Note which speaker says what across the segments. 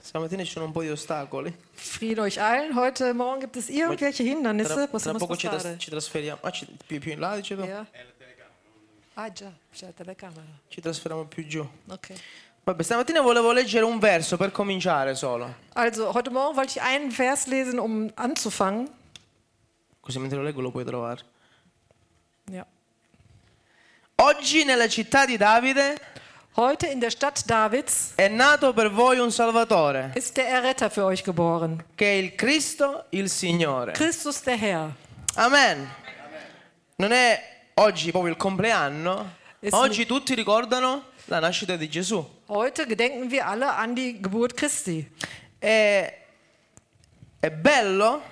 Speaker 1: Stamattina ci sono un po' di ostacoli.
Speaker 2: Friede euch allen. Heute Morgen gibt es irgendwelche
Speaker 1: Tra,
Speaker 2: Hindernisse.
Speaker 1: tra
Speaker 2: Possiamo
Speaker 1: poco ci, tras-
Speaker 2: spostare.
Speaker 1: ci trasferiamo. Ah, ci- più, più in là, dicevo?
Speaker 2: Yeah. Ah già, c'è la telecamera.
Speaker 1: Ci trasferiamo più giù.
Speaker 2: Okay.
Speaker 1: Vabbè, stamattina volevo leggere un verso per cominciare solo.
Speaker 2: Also, heute Morgen wollte ich einen Vers lesen, um anzufangen.
Speaker 1: Così mentre lo leggo lo puoi trovare.
Speaker 2: Ja.
Speaker 1: Oggi nella città di Davide
Speaker 2: Heute in der Stadt Davids
Speaker 1: è nato per voi un Salvatore,
Speaker 2: ist der Erretter für euch geboren.
Speaker 1: che è il Cristo il Signore.
Speaker 2: Christus der Herr.
Speaker 1: Amen. Non è oggi proprio il compleanno.
Speaker 2: E sì.
Speaker 1: Oggi tutti ricordano la nascita di Gesù.
Speaker 2: Heute gedenken wir alle an die Geburt Christi.
Speaker 1: E è bello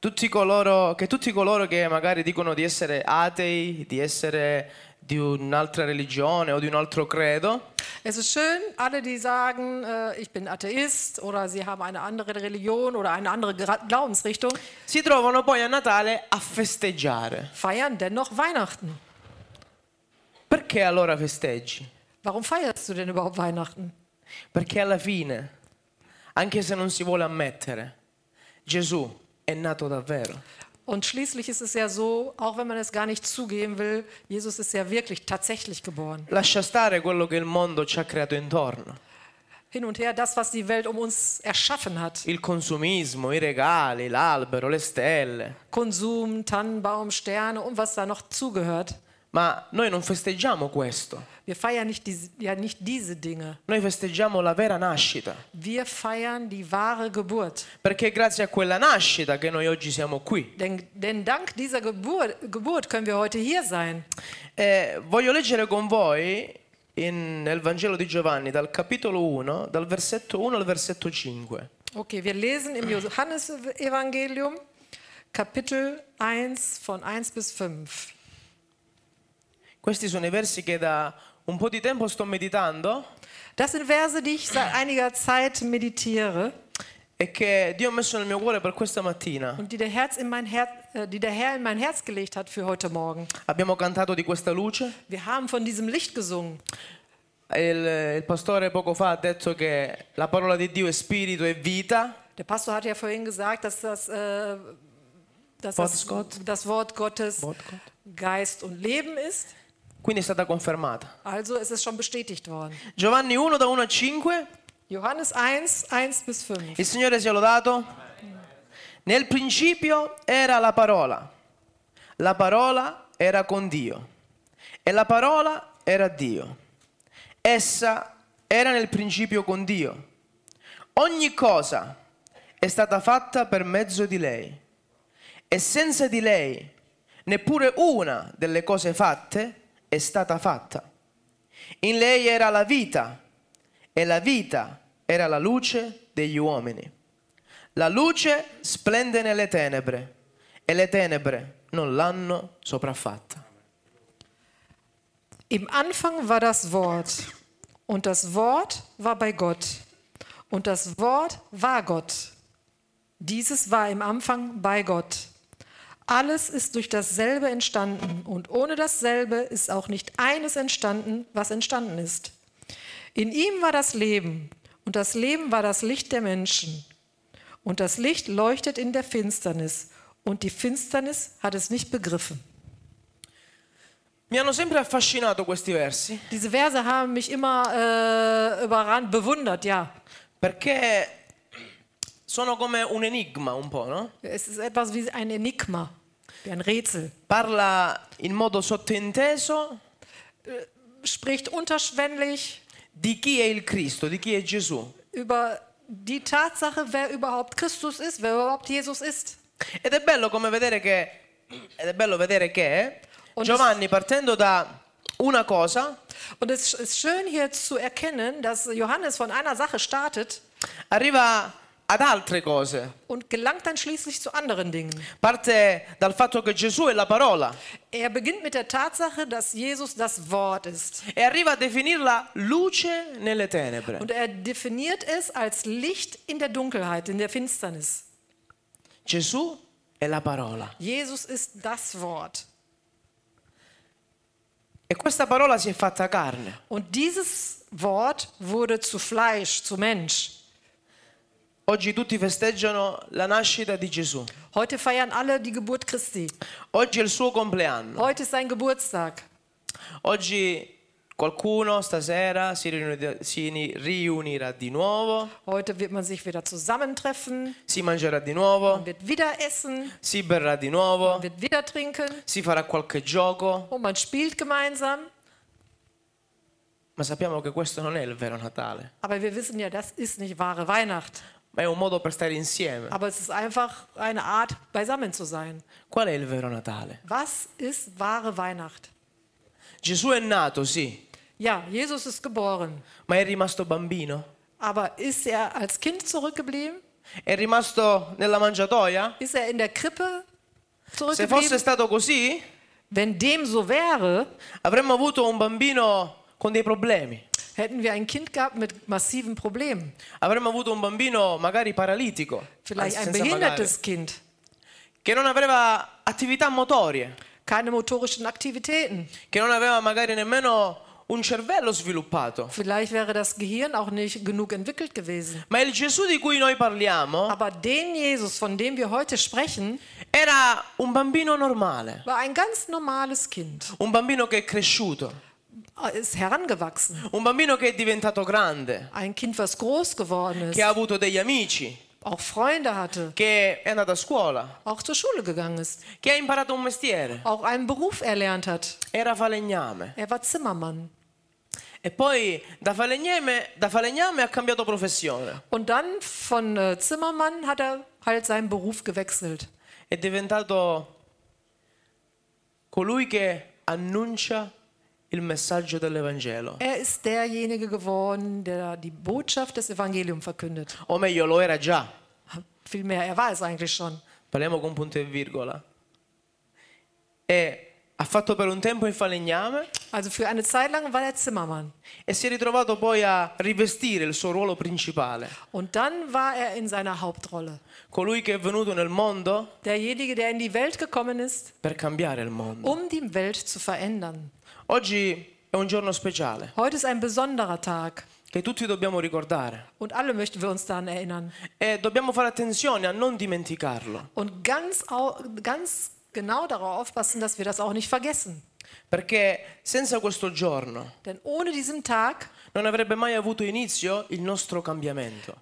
Speaker 1: tutti coloro- che tutti coloro che magari dicono di essere atei, di essere di un'altra religione o di un altro credo,
Speaker 2: Es ist schön, alle, die sagen, äh, ich bin Atheist oder sie haben eine andere Religion oder eine andere Gra- Glaubensrichtung,
Speaker 1: si trovano poi a Natale a festeggiare.
Speaker 2: feiern dennoch Weihnachten.
Speaker 1: Perché allora festeggi?
Speaker 2: Warum feierst du denn überhaupt Weihnachten?
Speaker 1: Perché alla fine, anche se non si vuole ammettere, Gesù è nato davvero.
Speaker 2: Und schließlich ist es ja so, auch wenn man es gar nicht zugeben will, Jesus ist ja wirklich tatsächlich geboren.
Speaker 1: Lascia stare quello che il mondo ci ha creato intorno.
Speaker 2: Hin und her das, was die Welt um uns erschaffen hat.
Speaker 1: Il consumismo, i regali, l'albero, le stelle.
Speaker 2: Konsum, Tannenbaum, Sterne und was da noch zugehört.
Speaker 1: Ma noi non festeggiamo questo.
Speaker 2: Wir feiern nicht diese, ja nicht diese Dinge.
Speaker 1: Noi festeggiamo la vera nascita.
Speaker 2: Wir feiern die wahre Geburt.
Speaker 1: Perché è grazie a quella nascita che noi oggi siamo qui.
Speaker 2: Denn, denn dank dieser Geburt, Geburt können wir heute hier sein.
Speaker 1: E voglio leggere con voi in- nel Vangelo di Giovanni, dal capitolo 1, dal versetto 1 al versetto 5.
Speaker 2: Okay, wir lesen im Johannesevangelium Kapitel 1 von 1 bis 5.
Speaker 1: Questi sono i versi che da un po' di tempo sto meditando
Speaker 2: Das sind Verse, die ich seit einiger Zeit meditiere
Speaker 1: e che Dio ha messo nel mio cuore per questa mattina.
Speaker 2: und die der, Herz in mein Herz, äh, die der Herr in mein Herz gelegt hat für heute Morgen.
Speaker 1: Abbiamo cantato di questa luce.
Speaker 2: Wir haben von diesem Licht gesungen.
Speaker 1: Il, il pastore poco fa ha detto che la parola di Dio è spirito e vita.
Speaker 2: Der Pastor hat ja vorhin gesagt, dass das, äh, dass das,
Speaker 1: Wort Gott.
Speaker 2: das Wort Gottes
Speaker 1: Wort Gott.
Speaker 2: Geist und Leben ist.
Speaker 1: Quindi è stata confermata.
Speaker 2: Also ist es schon bestätigt worden.
Speaker 1: Giovanni 1 da 1 a 5.
Speaker 2: Johannes 1, 1 bis 5.
Speaker 1: Il Signore sia lodato. Nel principio era la parola. La parola era con Dio. E la parola era Dio. Essa era nel principio con Dio. Ogni cosa è stata fatta per mezzo di lei. E senza di lei neppure una delle cose fatte è stata fatta. In lei era la vita e la vita era la luce degli uomini. La luce splende nelle tenebre e le tenebre non l'hanno sopraffatta.
Speaker 2: Im Anfang war das Wort und das Wort war bei Gott und das Wort war Gott. Dieses war im Anfang bei Gott. Alles ist durch dasselbe entstanden und ohne dasselbe ist auch nicht eines entstanden, was entstanden ist. In ihm war das Leben und das Leben war das Licht der Menschen. Und das Licht leuchtet in der Finsternis und die Finsternis hat es nicht begriffen.
Speaker 1: Mi hanno sempre affascinato questi versi
Speaker 2: Diese Verse haben mich immer äh, überrannt, bewundert, ja.
Speaker 1: perché sono come un enigma un po', no?
Speaker 2: Es ist etwas wie ein Enigma, wie ein Rätsel.
Speaker 1: Parla in modo sottinteso
Speaker 2: Spricht unterschwellig
Speaker 1: di chi è il Cristo, di chi è Gesù.
Speaker 2: über die Tatsache, wer überhaupt Christus ist, wer überhaupt Jesus ist.
Speaker 1: Ed è bello come vedere che ed è bello vedere che Giovanni partendo da una cosa
Speaker 2: Und es ist schön hier zu erkennen, dass Johannes von einer Sache startet
Speaker 1: arriva ad altre cose.
Speaker 2: und gelangt dann schließlich zu anderen Dingen.
Speaker 1: Parte dal fatto che Gesù è la parola
Speaker 2: Er beginnt mit der Tatsache, dass Jesus das Wort ist.
Speaker 1: e arriva a definirla luce nelle tenebre.
Speaker 2: Und er definiert es als Licht in der Dunkelheit, in der Finsternis.
Speaker 1: Gesù è la parola.
Speaker 2: Jesus ist das Wort.
Speaker 1: E questa parola si è fatta carne.
Speaker 2: Und dieses Wort wurde zu Fleisch, zu Mensch.
Speaker 1: Oggi tutti festeggiano la nascita di Gesù.
Speaker 2: Heute feiern alle die Geburt Christi.
Speaker 1: Oggi è il suo compleanno.
Speaker 2: Heute ist sein Geburtstag.
Speaker 1: Oggi qualcuno stasera si riunirà, si ni- riunirà di nuovo,
Speaker 2: Heute wird man sich wieder zusammentreffen,
Speaker 1: si mangerà di
Speaker 2: man
Speaker 1: nuovo,
Speaker 2: wird wieder essen,
Speaker 1: si berrà di nuovo,
Speaker 2: man wird wieder trinken
Speaker 1: si farà qualche gioco.
Speaker 2: und man spielt gemeinsam.
Speaker 1: Ma sappiamo che questo non è il vero Natale,
Speaker 2: Aber wir wissen ja, das ist nicht wahre Weihnacht.
Speaker 1: ma è un modo per stare insieme.
Speaker 2: Aber es ist einfach eine Art, beisammen zu sein.
Speaker 1: Qual è il vero Natale?
Speaker 2: Was ist wahre Weihnacht?
Speaker 1: Gesù è nato, sì,
Speaker 2: Ja, Jesus ist geboren.
Speaker 1: ma è rimasto bambino?
Speaker 2: Aber ist er als Kind zurückgeblieben?
Speaker 1: È rimasto nella mangiatoia?
Speaker 2: Ist er in der Krippe
Speaker 1: Se fosse
Speaker 2: zurückgeblieben?
Speaker 1: stato così,
Speaker 2: Wenn dem so wäre,
Speaker 1: avremmo avuto un bambino con dei problemi.
Speaker 2: hätten wir ein Kind gehabt mit massiven Problemen.
Speaker 1: Avremmo avuto un bambino magari paralitico,
Speaker 2: Vielleicht
Speaker 1: anzi,
Speaker 2: ein
Speaker 1: senza magari,
Speaker 2: behindertes Kind.
Speaker 1: che non aveva attività motorie,
Speaker 2: Keine motorischen Aktivitäten.
Speaker 1: che non aveva magari nemmeno un cervello sviluppato.
Speaker 2: Vielleicht wäre das Gehirn auch nicht genug entwickelt gewesen.
Speaker 1: Ma il Gesù di cui noi parliamo
Speaker 2: Aber den Jesus, von dem wir heute sprechen,
Speaker 1: era un bambino normale,
Speaker 2: war ein ganz normales Kind.
Speaker 1: un bambino che è cresciuto,
Speaker 2: Er Ist herangewachsen.
Speaker 1: un bambino che è diventato grande,
Speaker 2: Ein Kind, was groß geworden ist,
Speaker 1: che ha avuto degli amici,
Speaker 2: auch Freunde hatte,
Speaker 1: che è andato a scuola,
Speaker 2: auch zur Schule gegangen ist,
Speaker 1: che ha imparato un mestiere,
Speaker 2: auch einen Beruf erlernt hat.
Speaker 1: era falegname
Speaker 2: Er war Zimmermann.
Speaker 1: e poi da falegname, da falegname ha cambiato professione,
Speaker 2: Und dann von äh, Zimmermann hat er halt seinen Beruf gewechselt.
Speaker 1: è diventato colui che annuncia il messaggio dell'Evangelo,
Speaker 2: Er ist derjenige geworden, der die Botschaft des Evangeliums verkündet.
Speaker 1: o meglio lo era già,
Speaker 2: Vielmehr, er war es eigentlich schon.
Speaker 1: parliamo con punto e virgola, e ha fatto per un tempo il falegname
Speaker 2: Also für eine Zeit lang war er Zimmermann.
Speaker 1: e si è ritrovato poi a rivestire il suo ruolo principale,
Speaker 2: Und dann war er in seiner Hauptrolle.
Speaker 1: colui che è venuto nel mondo
Speaker 2: Derjenige, der in die Welt gekommen ist,
Speaker 1: per cambiare il mondo.
Speaker 2: um die Welt zu verändern.
Speaker 1: Oggi è un giorno speciale
Speaker 2: Heute ist ein besonderer Tag.
Speaker 1: che tutti dobbiamo ricordare
Speaker 2: Und alle möchten wir uns daran erinnern.
Speaker 1: e dobbiamo fare attenzione a non dimenticarlo,
Speaker 2: Und ganz, au- ganz genau darauf aufpassen, dass wir das auch nicht vergessen.
Speaker 1: perché senza questo giorno
Speaker 2: Denn ohne diesen Tag
Speaker 1: non avrebbe mai avuto inizio il nostro cambiamento.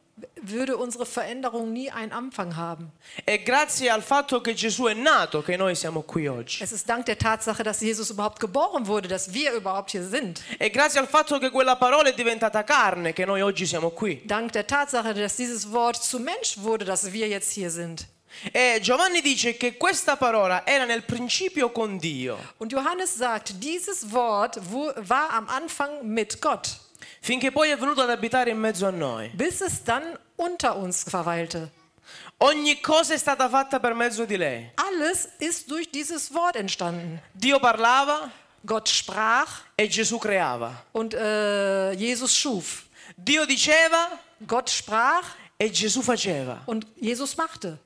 Speaker 2: würde unsere Veränderung nie einen Anfang haben.
Speaker 1: E grazie al fatto che Gesù è nato che noi siamo qui oggi.
Speaker 2: Es ist dank der Tatsache, dass Jesus überhaupt geboren wurde, dass wir überhaupt hier sind.
Speaker 1: E grazie al fatto che quella parola è diventata carne che noi oggi siamo qui.
Speaker 2: Dank der Tatsache, dass dieses Wort zu Mensch wurde, dass wir jetzt hier sind.
Speaker 1: E Giovanni dice che questa parola era nel principio con Dio,
Speaker 2: Und Johannes sagt, dieses Wort wo- war am Anfang mit Gott,
Speaker 1: finché poi è venuto ad abitare in mezzo a noi.
Speaker 2: bis es dann unter uns verweilte.
Speaker 1: Ogni cosa è stata fatta per mezzo di lei.
Speaker 2: Alles ist durch dieses Wort entstanden.
Speaker 1: Dio parlava
Speaker 2: Gott sprach
Speaker 1: e Gesù creava.
Speaker 2: und äh, Jesus schuf.
Speaker 1: Dio diceva
Speaker 2: Gott sprach
Speaker 1: e Gesù faceva.
Speaker 2: und Jesus machte.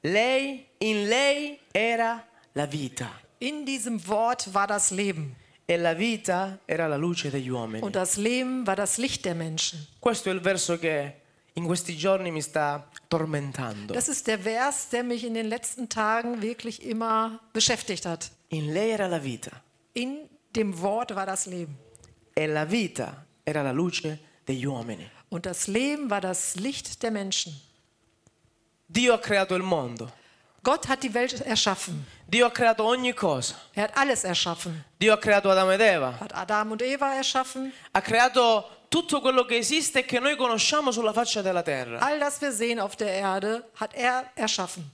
Speaker 1: Lei, in lei era la vita
Speaker 2: In diesem Wort war das Leben.
Speaker 1: e la vita era la luce degli uomini.
Speaker 2: Und das Leben war das Licht der Menschen.
Speaker 1: Questo è il verso che in questi giorni mi sta tormentando.
Speaker 2: Das ist der Vers, der mich in den letzten Tagen wirklich immer beschäftigt hat.
Speaker 1: In lei era la vita
Speaker 2: In dem Wort war das Leben.
Speaker 1: e la vita era la luce degli uomini.
Speaker 2: Und das Leben war das Licht der Menschen.
Speaker 1: Dio ha creato il mondo.
Speaker 2: Gott hat die Welt erschaffen.
Speaker 1: Dio ha creato ogni cosa.
Speaker 2: Er hat alles erschaffen.
Speaker 1: Dio ha creato Adamo ed Eva.
Speaker 2: Hat Adam und Eva erschaffen.
Speaker 1: Ha creato tutto quello che esiste e che noi conosciamo sulla faccia della terra.
Speaker 2: All das wir sehen auf der Erde, hat er erschaffen.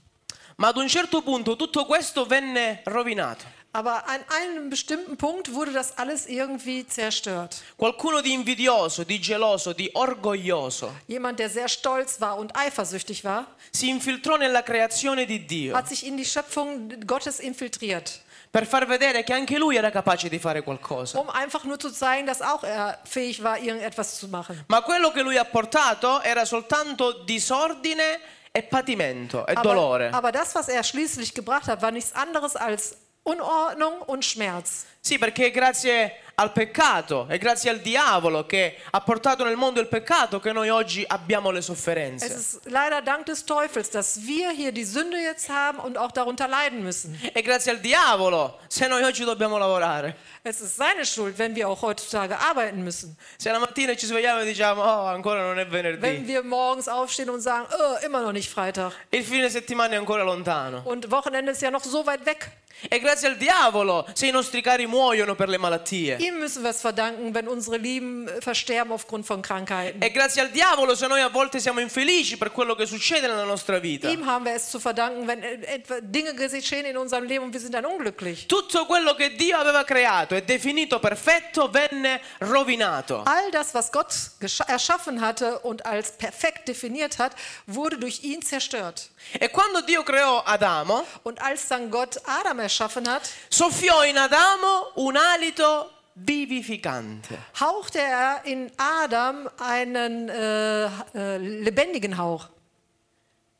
Speaker 1: Ma ad un certo punto tutto questo venne rovinato.
Speaker 2: Aber an einem bestimmten Punkt wurde das alles irgendwie zerstört.
Speaker 1: Qualcuno di invidioso, di geloso, di orgoglioso
Speaker 2: Jemand, der sehr stolz war und eifersüchtig war,
Speaker 1: si infiltrò nella creazione di Dio
Speaker 2: hat sich in die Schöpfung Gottes infiltriert,
Speaker 1: per far vedere che anche lui era capace di fare qualcosa.
Speaker 2: um einfach nur zu zeigen, dass auch er fähig war, irgendetwas zu machen.
Speaker 1: Ma quello che lui ha portato era soltanto disordine e patimento e
Speaker 2: Aber,
Speaker 1: dolore.
Speaker 2: aber das, was er schließlich gebracht hat, war nichts anderes als Unordnung und Schmerz.
Speaker 1: Sì, perché è grazie al peccato, è grazie al diavolo che ha portato nel mondo il peccato che noi oggi abbiamo le
Speaker 2: Es
Speaker 1: sofferenze.
Speaker 2: ist leider dank des Teufels, dass wir hier die Sünde jetzt haben und auch darunter leiden müssen.
Speaker 1: È grazie al diavolo se noi oggi dobbiamo lavorare.
Speaker 2: Es ist seine Schuld, wenn wir auch heutzutage arbeiten müssen.
Speaker 1: Se la mattina ci svegliamo e diciamo, oh, ancora non è
Speaker 2: Wenn
Speaker 1: venerdì,
Speaker 2: wir morgens aufstehen und sagen, "Äh, immer noch nicht Freitag.
Speaker 1: il fine settimana è ancora lontano.
Speaker 2: Und Wochenende ist ja noch so weit weg.
Speaker 1: È grazie al diavolo se i nostri cari muoiono per le malattie.
Speaker 2: Ihm müssen wir es verdanken, wenn unsere Lieben äh, versterben aufgrund von Krankheiten.
Speaker 1: È grazie al diavolo se noi a volte siamo infelici per quello che succede nella nostra vita.
Speaker 2: Ihm haben wir es zu verdanken, wenn äh, etwa Dinge geschehen in unserem Leben und wir sind dann unglücklich.
Speaker 1: Tutto quello che Dio aveva creato e definito perfetto venne rovinato.
Speaker 2: All das, was Gott gesch- erschaffen hatte und als perfekt definiert hat, wurde durch ihn zerstört.
Speaker 1: E quando Dio creò Adamo,
Speaker 2: Und als dann Gott Adam erschaffen hat,
Speaker 1: soffiò in Adamo un alito vivificante.
Speaker 2: hauchte er in Adam einen äh, äh, lebendigen Hauch.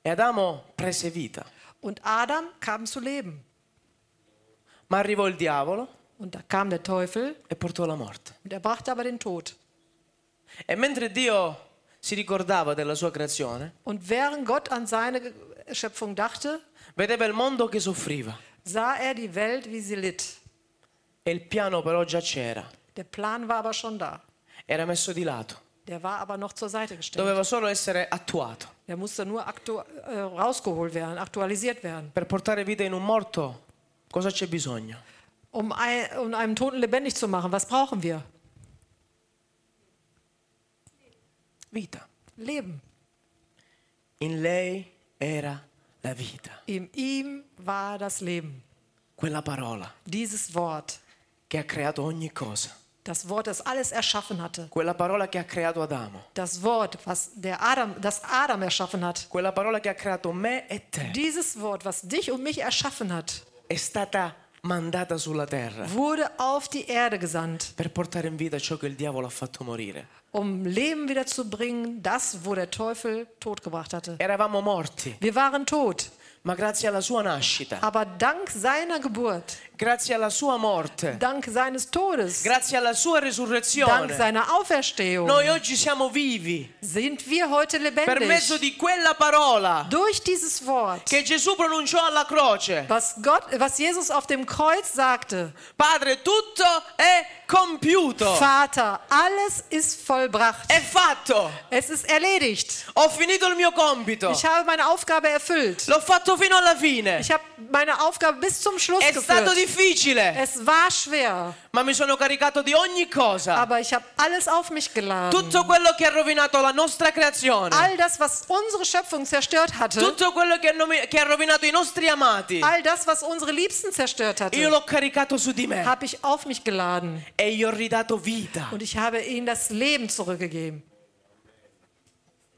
Speaker 1: E Adamo prese vita.
Speaker 2: Und Adam kam zu Leben.
Speaker 1: Ma arrivò il diavolo
Speaker 2: Und da kam der Teufel
Speaker 1: e portò la morte.
Speaker 2: und er brachte aber den Tod.
Speaker 1: E mentre Dio si ricordava della sua creazione,
Speaker 2: Und während Gott an seine Ge- Schöpfung dachte,
Speaker 1: vedeva il mondo che soffriva.
Speaker 2: sah er die Welt, wie sie litt.
Speaker 1: E il piano però già c'era.
Speaker 2: Der Plan war aber schon da.
Speaker 1: Era messo di lato.
Speaker 2: Der war aber noch zur Seite gestellt.
Speaker 1: Doveva solo essere attuato.
Speaker 2: Der musste nur aktu äh, rausgeholt werden, aktualisiert werden.
Speaker 1: Per portare vita in un morto, cosa c'è bisogno?
Speaker 2: Um, ein, um einen Toten lebendig zu machen, was brauchen wir?
Speaker 1: Vita.
Speaker 2: Leben.
Speaker 1: In lei era la vita,
Speaker 2: In ihm war das Leben.
Speaker 1: quella parola
Speaker 2: Dieses Wort.
Speaker 1: che ha creato ogni cosa,
Speaker 2: Das Wort, das alles erschaffen hatte.
Speaker 1: quella parola che ha creato Adamo,
Speaker 2: Das Wort, was der Adam, das Adam erschaffen hat.
Speaker 1: quella parola che ha creato me e te,
Speaker 2: Dieses Wort, was dich und mich erschaffen hat,
Speaker 1: è stata mandata sulla terra
Speaker 2: wurde auf die Erde gesandt,
Speaker 1: per portare in vita ciò che il diavolo ha fatto morire.
Speaker 2: um Leben wiederzubringen, das, wo der Teufel Tod gebracht hatte.
Speaker 1: Eravamo morti,
Speaker 2: Wir waren tot,
Speaker 1: ma grazie alla sua nascita,
Speaker 2: aber dank seiner Geburt,
Speaker 1: grazie alla sua morte,
Speaker 2: dank seines Todes,
Speaker 1: grazie alla sua
Speaker 2: dank
Speaker 1: resurrezione,
Speaker 2: seiner Auferstehung
Speaker 1: noi oggi siamo vivi
Speaker 2: sind wir heute
Speaker 1: per mezzo
Speaker 2: lebendig.
Speaker 1: di quella parola
Speaker 2: Durch dieses Wort,
Speaker 1: che Gesù pronunciò alla croce.
Speaker 2: was, Gott, was Jesus auf dem Kreuz sagte,
Speaker 1: Padre, tutto è compiuto.
Speaker 2: Vater, alles ist vollbracht.
Speaker 1: è fatto.
Speaker 2: Es ist erledigt.
Speaker 1: Ho finito il mio compito.
Speaker 2: Ich habe meine Aufgabe erfüllt.
Speaker 1: L'ho fatto fino alla fine.
Speaker 2: Ich habe meine Aufgabe bis zum Schluss
Speaker 1: È stato
Speaker 2: geführt.
Speaker 1: difficile,
Speaker 2: Es war schwer,
Speaker 1: ma mi sono caricato di ogni cosa.
Speaker 2: aber ich habe alles auf mich geladen.
Speaker 1: Tutto quello che ha rovinato la nostra creazione.
Speaker 2: All das, was unsere Schöpfung zerstört hatte,
Speaker 1: Tutto quello che ha, nomi- che ha rovinato i nostri amati.
Speaker 2: all das, was unsere Liebsten zerstört
Speaker 1: Io
Speaker 2: hatte,
Speaker 1: l'ho caricato su di me
Speaker 2: habe ich auf mich geladen
Speaker 1: e gli ho ridato vita.
Speaker 2: und ich habe ihnen das Leben zurückgegeben.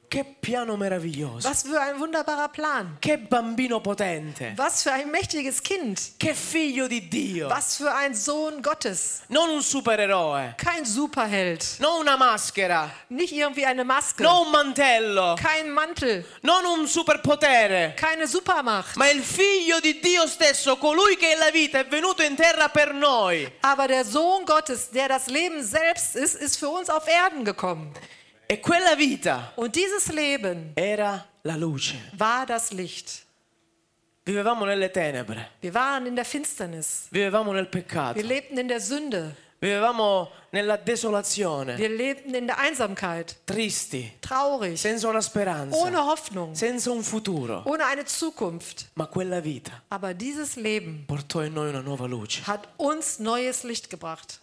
Speaker 1: Che piano meraviglioso.
Speaker 2: Was für ein wunderbarer Plan.
Speaker 1: Che bambino potente.
Speaker 2: Was für ein mächtiges Kind.
Speaker 1: Che figlio di Dio.
Speaker 2: Was für ein Sohn Gottes.
Speaker 1: Non un supereroe.
Speaker 2: Kein Superheld.
Speaker 1: Non una maschera.
Speaker 2: Nicht irgendwie eine Maske.
Speaker 1: Non un mantello.
Speaker 2: Kein Mantel.
Speaker 1: Non un superpotere.
Speaker 2: Keine Supermacht.
Speaker 1: Ma il figlio di Dio stesso, colui che è la vita, è venuto in terra per noi.
Speaker 2: Aber der Sohn Gottes, der das Leben selbst ist, ist für uns auf Erden gekommen.
Speaker 1: E quella vita
Speaker 2: Und dieses Leben
Speaker 1: era la luce.
Speaker 2: war das Licht.
Speaker 1: Vivevamo nelle tenebre,
Speaker 2: Wir waren in der Finsternis.
Speaker 1: vivevamo nel
Speaker 2: Wir
Speaker 1: peccato,
Speaker 2: lebten in der Sünde.
Speaker 1: vivevamo nella desolazione,
Speaker 2: Wir lebten in der Einsamkeit.
Speaker 1: tristi,
Speaker 2: Traurig.
Speaker 1: senza una speranza,
Speaker 2: Ohne Hoffnung.
Speaker 1: senza un futuro.
Speaker 2: Ohne eine Zukunft.
Speaker 1: Ma quella vita
Speaker 2: Aber dieses Leben
Speaker 1: portò in noi una nuova luce.
Speaker 2: hat uns neues Licht gebracht.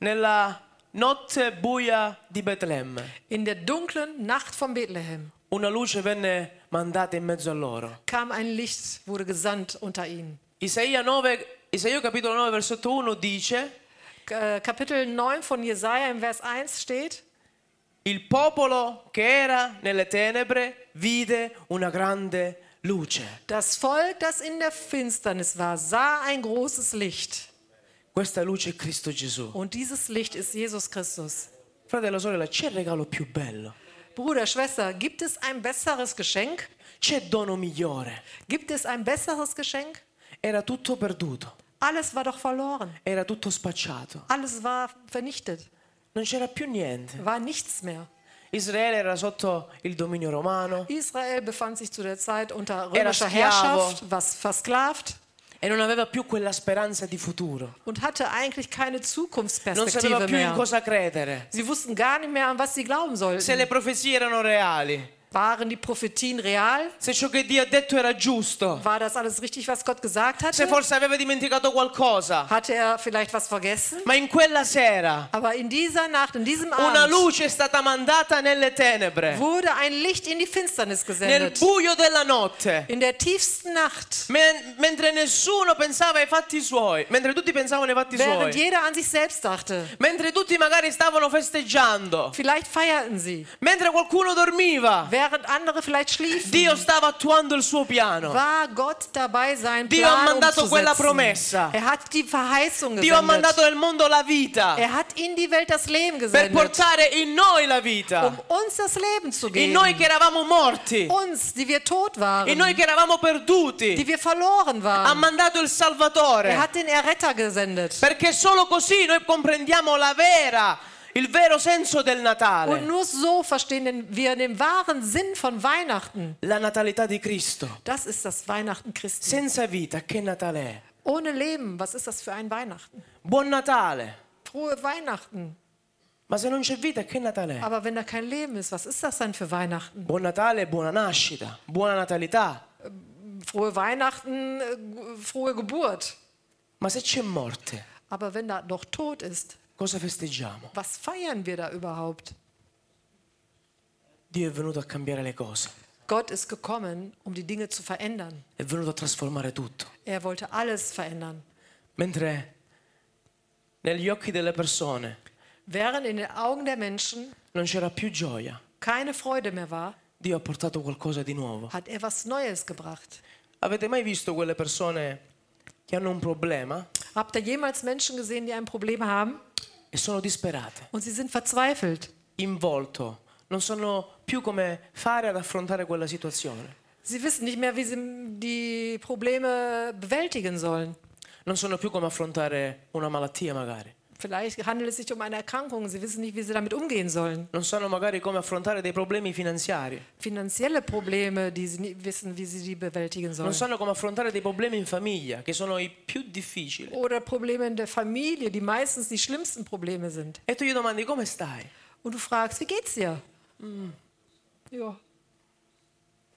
Speaker 1: Nella notte buia di Betlemme,
Speaker 2: In der dunklen Nacht von Bethlehem
Speaker 1: una luce venne mandata in mezzo a loro.
Speaker 2: kam ein Licht, wurde gesandt unter ihnen.
Speaker 1: Isaia 9, Isaia capitolo 9, versetto 1 dice...
Speaker 2: Äh, Kapitel 9 von Jesaja im Vers 1 steht:
Speaker 1: Il popolo che era nelle tenebre vide una grande luce.
Speaker 2: Das Volk, das in der Finsternis war, sah ein großes Licht.
Speaker 1: Questa luce è Cristo Gesù.
Speaker 2: Und dieses Licht ist Jesus Christus.
Speaker 1: Fratello, sorella, c'è regalo più bello,
Speaker 2: Bruder, Schwester, gibt es ein besseres Geschenk?
Speaker 1: c'è dono migliore.
Speaker 2: Gibt es ein besseres Geschenk?
Speaker 1: Era tutto perduto,
Speaker 2: Alles war doch verloren.
Speaker 1: era tutto spacciato,
Speaker 2: Alles war vernichtet.
Speaker 1: non c'era più niente.
Speaker 2: War nichts mehr.
Speaker 1: Israele era sotto il dominio romano
Speaker 2: Israel befand sich zu der Zeit unter
Speaker 1: Era
Speaker 2: römischer
Speaker 1: schiavo.
Speaker 2: Herrschaft, was versklavt
Speaker 1: e non aveva più quella speranza di futuro,
Speaker 2: und hatte eigentlich keine
Speaker 1: non sapeva
Speaker 2: Zukunftsperspektive
Speaker 1: più in
Speaker 2: mehr.
Speaker 1: cosa credere,
Speaker 2: Sie wussten gar nicht mehr, an was sie glauben
Speaker 1: se
Speaker 2: sollten.
Speaker 1: le profezie erano reali,
Speaker 2: Waren die Prophetien real?
Speaker 1: se ciò che Dio ha detto era giusto,
Speaker 2: War das alles richtig, was Gott gesagt
Speaker 1: se
Speaker 2: hatte?
Speaker 1: forse aveva dimenticato qualcosa.
Speaker 2: Hatte er vielleicht was vergessen?
Speaker 1: Ma in quella sera
Speaker 2: Aber in dieser Nacht, in diesem
Speaker 1: una
Speaker 2: Abend,
Speaker 1: luce è stata mandata nelle tenebre,
Speaker 2: wurde ein Licht in die Finsternis
Speaker 1: nel
Speaker 2: gesendet.
Speaker 1: buio della notte.
Speaker 2: In der tiefsten Nacht,
Speaker 1: Men- mentre nessuno pensava ai fatti suoi, mentre tutti pensavano ai fatti
Speaker 2: während
Speaker 1: suoi,
Speaker 2: jeder an sich selbst dachte.
Speaker 1: mentre tutti magari stavano festeggiando,
Speaker 2: Vielleicht feierten sie,
Speaker 1: mentre qualcuno dormiva,
Speaker 2: während andere vielleicht schliefen.
Speaker 1: Dio stava attuando il suo piano.
Speaker 2: war Gott dabei, seinen
Speaker 1: Dio ha
Speaker 2: Plan
Speaker 1: mandato
Speaker 2: umzusetzen.
Speaker 1: quella promessa.
Speaker 2: Er hat die Verheißung
Speaker 1: Dio ha
Speaker 2: gesendet.
Speaker 1: mandato nel mondo la vita
Speaker 2: er hat in die Welt das Leben
Speaker 1: per
Speaker 2: gesendet,
Speaker 1: portare in noi la vita,
Speaker 2: um uns das Leben zu
Speaker 1: in
Speaker 2: geben.
Speaker 1: noi che eravamo morti,
Speaker 2: uns, die wir tot waren,
Speaker 1: in noi che eravamo perduti.
Speaker 2: die wir verloren
Speaker 1: Ha
Speaker 2: waren.
Speaker 1: mandato il
Speaker 2: Er
Speaker 1: Salvatore
Speaker 2: hat den Erretter gesendet.
Speaker 1: perché solo così noi comprendiamo la vera, il vero senso del
Speaker 2: Und
Speaker 1: Natale,
Speaker 2: nur so verstehen den- wir den wahren Sinn von Weihnachten.
Speaker 1: la natalità di Cristo.
Speaker 2: Das ist das Weihnachten Christi.
Speaker 1: Senza vita, che Natale è?
Speaker 2: Ohne Leben, was ist das für ein Weihnachten?
Speaker 1: Buon Natale!
Speaker 2: Frohe Weihnachten.
Speaker 1: Ma se non c'è vita, che Natale è?
Speaker 2: Aber wenn da kein Leben ist, was ist das dann für Weihnachten?
Speaker 1: Buon Natale, buona nascita, buona natalità.
Speaker 2: Frohe Weihnachten, äh, gu- frohe Geburt.
Speaker 1: Ma se c'è morte,
Speaker 2: Aber wenn da noch Tod ist,
Speaker 1: cosa festeggiamo?
Speaker 2: was feiern wir da überhaupt?
Speaker 1: Dio è venuto a cambiare le cose,
Speaker 2: Gott ist gekommen, um die Dinge zu verändern.
Speaker 1: è venuto a trasformare tutto.
Speaker 2: Er wollte alles verändern.
Speaker 1: Mentre negli occhi delle persone
Speaker 2: Während in den Augen der Menschen
Speaker 1: non c'era più gioia,
Speaker 2: keine Freude mehr war,
Speaker 1: Dio ha portato qualcosa di nuovo.
Speaker 2: hat er was Neues gebracht.
Speaker 1: Avete mai visto quelle persone che hanno un problema
Speaker 2: Habt ihr jemals Menschen gesehen, die ein Problem haben
Speaker 1: e sono disperate,
Speaker 2: und sie sind verzweifelt?
Speaker 1: in volto, non sanno più come fare ad affrontare quella situazione?
Speaker 2: Sie wissen nicht mehr, wie sie die Probleme bewältigen sollen.
Speaker 1: Non sanno più come affrontare una malattia magari,
Speaker 2: Vielleicht handelt es sich um eine Erkrankung. Sie wissen nicht, wie sie damit umgehen sollen.
Speaker 1: non sanno magari come affrontare dei problemi finanziari,
Speaker 2: Finanzielle Probleme, die sie nicht wissen, wie sie die bewältigen
Speaker 1: non
Speaker 2: sollen.
Speaker 1: sanno come affrontare dei problemi in famiglia, che sono i più difficili.
Speaker 2: Oder Probleme in der Familie, die meistens die schlimmsten Probleme sind.
Speaker 1: E tu gli domandi come stai?
Speaker 2: Und du fragst, wie geht's dir? Ja.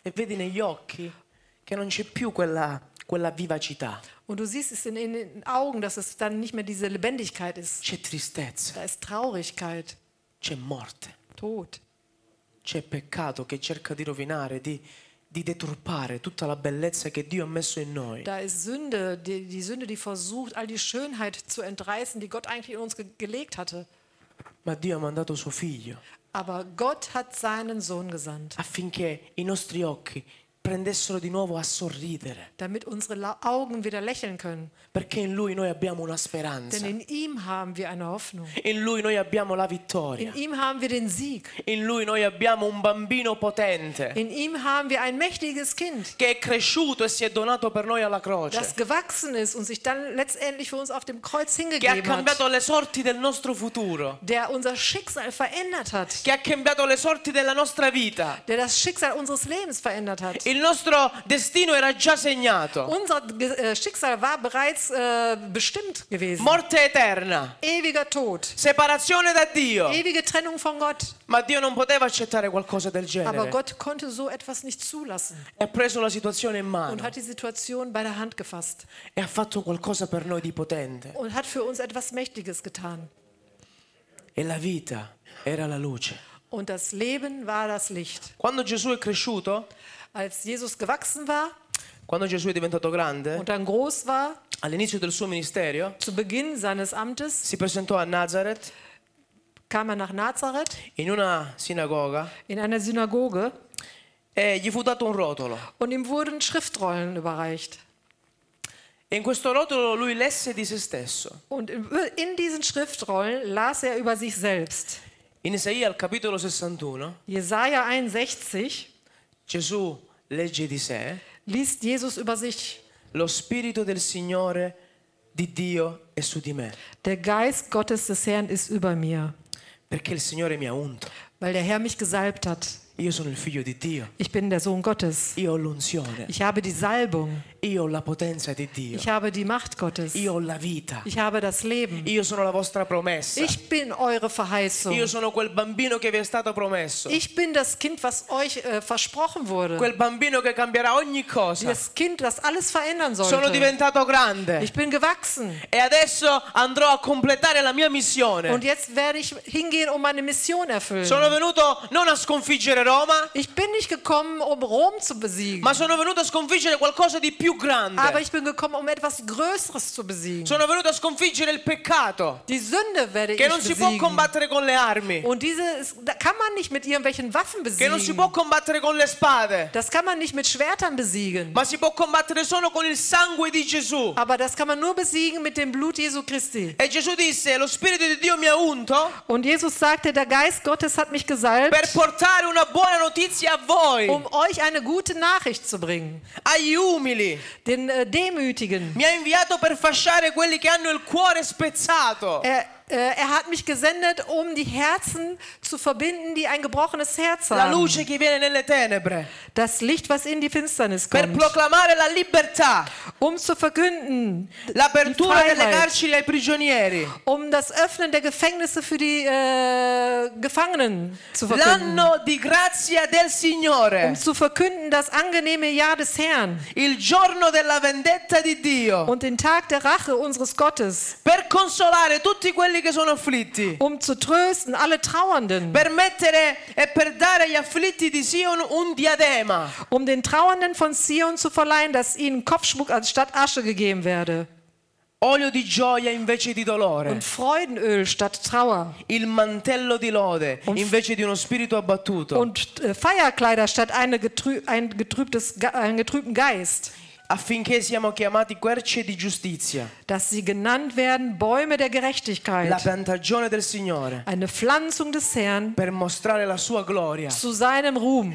Speaker 1: E vedi negli occhi che non c'è più quella, quella vivacità,
Speaker 2: Und du siehst es in, in den Augen, dass es dann nicht mehr diese Lebendigkeit ist.
Speaker 1: c'è tristezza,
Speaker 2: Da ist Traurigkeit,
Speaker 1: c'è morte,
Speaker 2: Tod.
Speaker 1: c'è peccato che cerca di rovinare, di, di deturpare tutta la bellezza che Dio ha messo in noi.
Speaker 2: Da ist Sünde, die, die Sünde, die versucht, all die Schönheit zu entreißen, die Gott eigentlich in uns ge gelegt hatte.
Speaker 1: Ma Dio ha mandato suo figlio
Speaker 2: Aber Gott hat seinen Sohn gesandt,
Speaker 1: affinché i nostri occhi prendessero di nuovo a sorridere.
Speaker 2: damit unsere La Augen wieder lächeln können.
Speaker 1: Perché in lui noi abbiamo una
Speaker 2: Denn
Speaker 1: speranza.
Speaker 2: in ihm haben wir eine Hoffnung.
Speaker 1: In lui noi abbiamo la
Speaker 2: In
Speaker 1: vittoria.
Speaker 2: ihm haben wir den Sieg.
Speaker 1: In lui noi abbiamo un bambino potente
Speaker 2: In ihm haben wir ein mächtiges Kind,
Speaker 1: che è cresciuto e si è donato per noi alla croce.
Speaker 2: das gewachsen ist und sich dann letztendlich für uns auf dem Kreuz
Speaker 1: Che ha
Speaker 2: hingegeben hat,
Speaker 1: cambiato le sorti del nostro futuro.
Speaker 2: der unser Schicksal verändert hat,
Speaker 1: Che ha cambiato le sorti della nostra vita.
Speaker 2: der das Schicksal unseres Lebens verändert hat.
Speaker 1: Il nostro destino era già segnato.
Speaker 2: Unser Ge- äh, Schicksal war bereits äh, bestimmt gewesen.
Speaker 1: Morte eterna.
Speaker 2: Ewiger Tod,
Speaker 1: Separazione da Dio.
Speaker 2: ewige Trennung von Gott.
Speaker 1: Ma Dio non poteva accettare qualcosa del
Speaker 2: Aber
Speaker 1: genere.
Speaker 2: Gott konnte so etwas nicht zulassen
Speaker 1: Ha preso la situazione in
Speaker 2: und
Speaker 1: mano
Speaker 2: hat die Situation bei der Hand gefasst
Speaker 1: e ha fatto qualcosa per noi di potente.
Speaker 2: und hat für uns etwas Mächtiges getan.
Speaker 1: E la vita era la luce.
Speaker 2: Und das Leben war das Licht.
Speaker 1: Quando Gesù è cresciuto,
Speaker 2: Als Jesus gewachsen war
Speaker 1: quando Gesù è diventato grande,
Speaker 2: und dann groß war,
Speaker 1: all'inizio del suo ministero,
Speaker 2: Zu Beginn seines Amtes
Speaker 1: si presentò a Nazareth
Speaker 2: kam er nach Nazareth
Speaker 1: in una sinagoga
Speaker 2: in einer Synagoge
Speaker 1: e gli fu dato un rotolo.
Speaker 2: und ihm wurden Schriftrollen überreicht.
Speaker 1: E in questo rotolo lui lesse di se stesso.
Speaker 2: Und in in diesen Schriftrollen las er über sich selbst.
Speaker 1: In Isaia al capitolo 61,
Speaker 2: Jesaja 61
Speaker 1: Gesù legge di sé,
Speaker 2: liest Jesus über sich.
Speaker 1: lo spirito del Signore di Dio è su di me,
Speaker 2: Der Geist Gottes des Herrn ist über mir,
Speaker 1: perché il Signore mi ha unto.
Speaker 2: weil der Herr mich gesalbt hat.
Speaker 1: Io sono il figlio di Dio,
Speaker 2: Ich bin der Sohn Gottes.
Speaker 1: io ho l'unzione,
Speaker 2: Ich habe die Salbung.
Speaker 1: io ho la potenza di Dio,
Speaker 2: Ich habe die Macht Gottes.
Speaker 1: io ho la vita,
Speaker 2: Ich habe das Leben.
Speaker 1: io sono la vostra promessa,
Speaker 2: Ich bin eure
Speaker 1: io
Speaker 2: Verheißung.
Speaker 1: sono quel bambino che vi è stato promesso,
Speaker 2: Ich bin das Kind, was euch äh, versprochen wurde.
Speaker 1: quel bambino che cambierà ogni cosa.
Speaker 2: Das Kind, das alles verändern
Speaker 1: Sono
Speaker 2: sollte.
Speaker 1: diventato grande
Speaker 2: Ich bin gewachsen.
Speaker 1: e adesso andrò a completare la mia missione.
Speaker 2: Und jetzt werde ich hingehen und meine Mission erfüllen.
Speaker 1: Sono venuto non a sconfiggere Roma,
Speaker 2: Ich bin nicht gekommen, um Rom zu besiegen.
Speaker 1: ma sono venuto a sconfiggere qualcosa di più
Speaker 2: Aber
Speaker 1: grande.
Speaker 2: ich bin gekommen, um etwas Größeres zu besiegen.
Speaker 1: Sono venuto a sconfiggere il peccato,
Speaker 2: Die Sünde werde ich
Speaker 1: che non si può
Speaker 2: besiegen.
Speaker 1: combattere con le armi,
Speaker 2: Und diese ist, da kann man nicht mit irgendwelchen Waffen
Speaker 1: che non si può
Speaker 2: besiegen.
Speaker 1: combattere con le spade,
Speaker 2: Das kann man nicht mit Schwertern besiegen.
Speaker 1: ma si può combattere solo con il sangue di Gesù.
Speaker 2: Aber das kann man nur besiegen mit dem Blut Jesu Christi.
Speaker 1: E Gesù disse, lo Spirito di Dio mi ha unto
Speaker 2: Und Jesus sagte, der Geist Gottes hat mich
Speaker 1: per
Speaker 2: gesalbt,
Speaker 1: portare una buona notizia a voi,
Speaker 2: um euch eine gute Nachricht zu bringen,
Speaker 1: agli umili.
Speaker 2: den äh, Demütigen.
Speaker 1: Mi ha inviato per fasciare quelli che hanno il cuore spezzato.
Speaker 2: Er, äh, er hat mich gesendet, um die Herzen zu verbinden, die ein gebrochenes Herz
Speaker 1: La
Speaker 2: haben.
Speaker 1: luce che viene nelle tenebre.
Speaker 2: Das Licht, was in die Finsternis
Speaker 1: Per
Speaker 2: kommt,
Speaker 1: proclamare la libertà,
Speaker 2: um zu verkünden,
Speaker 1: l'apertura
Speaker 2: Di
Speaker 1: delle
Speaker 2: Twilight.
Speaker 1: carceri ai prigionieri.
Speaker 2: um das Öffnen der Gefängnisse für die äh, Gefangenen zu verkünden.
Speaker 1: L'anno di grazia del Signore.
Speaker 2: um zu verkünden das angenehme Jahr des Herrn
Speaker 1: Il giorno della vendetta di Dio.
Speaker 2: und den Tag der Rache unseres Gottes,
Speaker 1: Per consolare tutti quelli che sono afflitti.
Speaker 2: um zu trösten alle Trauernden,
Speaker 1: Per mettere e per dare agli afflitti di Sion un diadema.
Speaker 2: um den Trauernden von Zion zu verleihen, dass ihnen Kopfschmuck anstatt Asche gegeben werde
Speaker 1: Olio di gioia invece di dolore.
Speaker 2: und Freudenöl statt Trauer
Speaker 1: Il mantello di lode invece di uno spirito abbattuto.
Speaker 2: und äh, Feierkleider statt eine getrü ein getrübtes, Ge- einen getrübten Geist,
Speaker 1: affinché siamo chiamati querce di giustizia,
Speaker 2: dass sie genannt werden Bäume der
Speaker 1: la
Speaker 2: Gerechtigkeit,
Speaker 1: piantagione del Signore,
Speaker 2: eine Pflanzung des Herrn
Speaker 1: per mostrare la sua gloria.
Speaker 2: zu seinem Ruhm.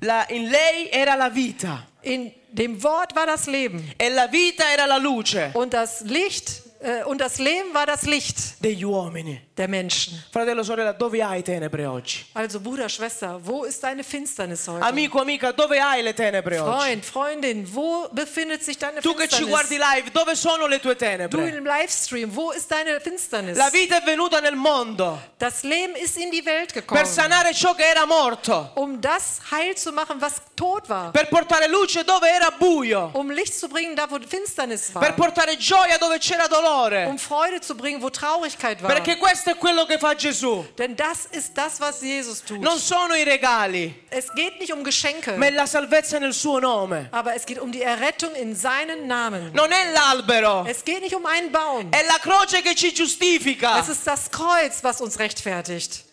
Speaker 1: La- in lei era la vita
Speaker 2: In dem Wort war das Leben.
Speaker 1: e la vita era la luce
Speaker 2: Und das Licht äh, und das Leben war das Licht
Speaker 1: degli uomini.
Speaker 2: der Menschen.
Speaker 1: Fratello, sorella, dove hai tenebre oggi?
Speaker 2: Also Bruder, Schwester, wo ist deine Finsternis heute?
Speaker 1: Amico, amica, dove hai le tenebre oggi?
Speaker 2: Freund, Freundin, wo befindet sich deine
Speaker 1: Tu che ci guardi
Speaker 2: Finsternis?
Speaker 1: live, dove sono le tue
Speaker 2: Du
Speaker 1: tenebre?
Speaker 2: im Livestream, wo ist deine Finsternis?
Speaker 1: La vita è venuta nel mondo
Speaker 2: Das Leben ist in die Welt gekommen,
Speaker 1: per sanare ciò che era morto,
Speaker 2: um das heil zu machen, was tot war,
Speaker 1: per portare luce dove era buio,
Speaker 2: um Licht zu bringen, da wo Finsternis
Speaker 1: per
Speaker 2: war,
Speaker 1: portare gioia dove c'era dolore.
Speaker 2: um Freude zu bringen, wo Traurigkeit war.
Speaker 1: Perché questo è quello che fa Gesù.
Speaker 2: Denn das ist das, was Jesus tut.
Speaker 1: Non sono i regali,
Speaker 2: Es geht nicht um
Speaker 1: ma è
Speaker 2: Geschenke,
Speaker 1: la salvezza nel suo nome.
Speaker 2: aber es geht um die Errettung in seinen Namen.
Speaker 1: Non è l'albero,
Speaker 2: Es geht nicht um einen Baum.
Speaker 1: è la croce che ci giustifica.
Speaker 2: Es ist das Kreuz, was uns rechtfertigt.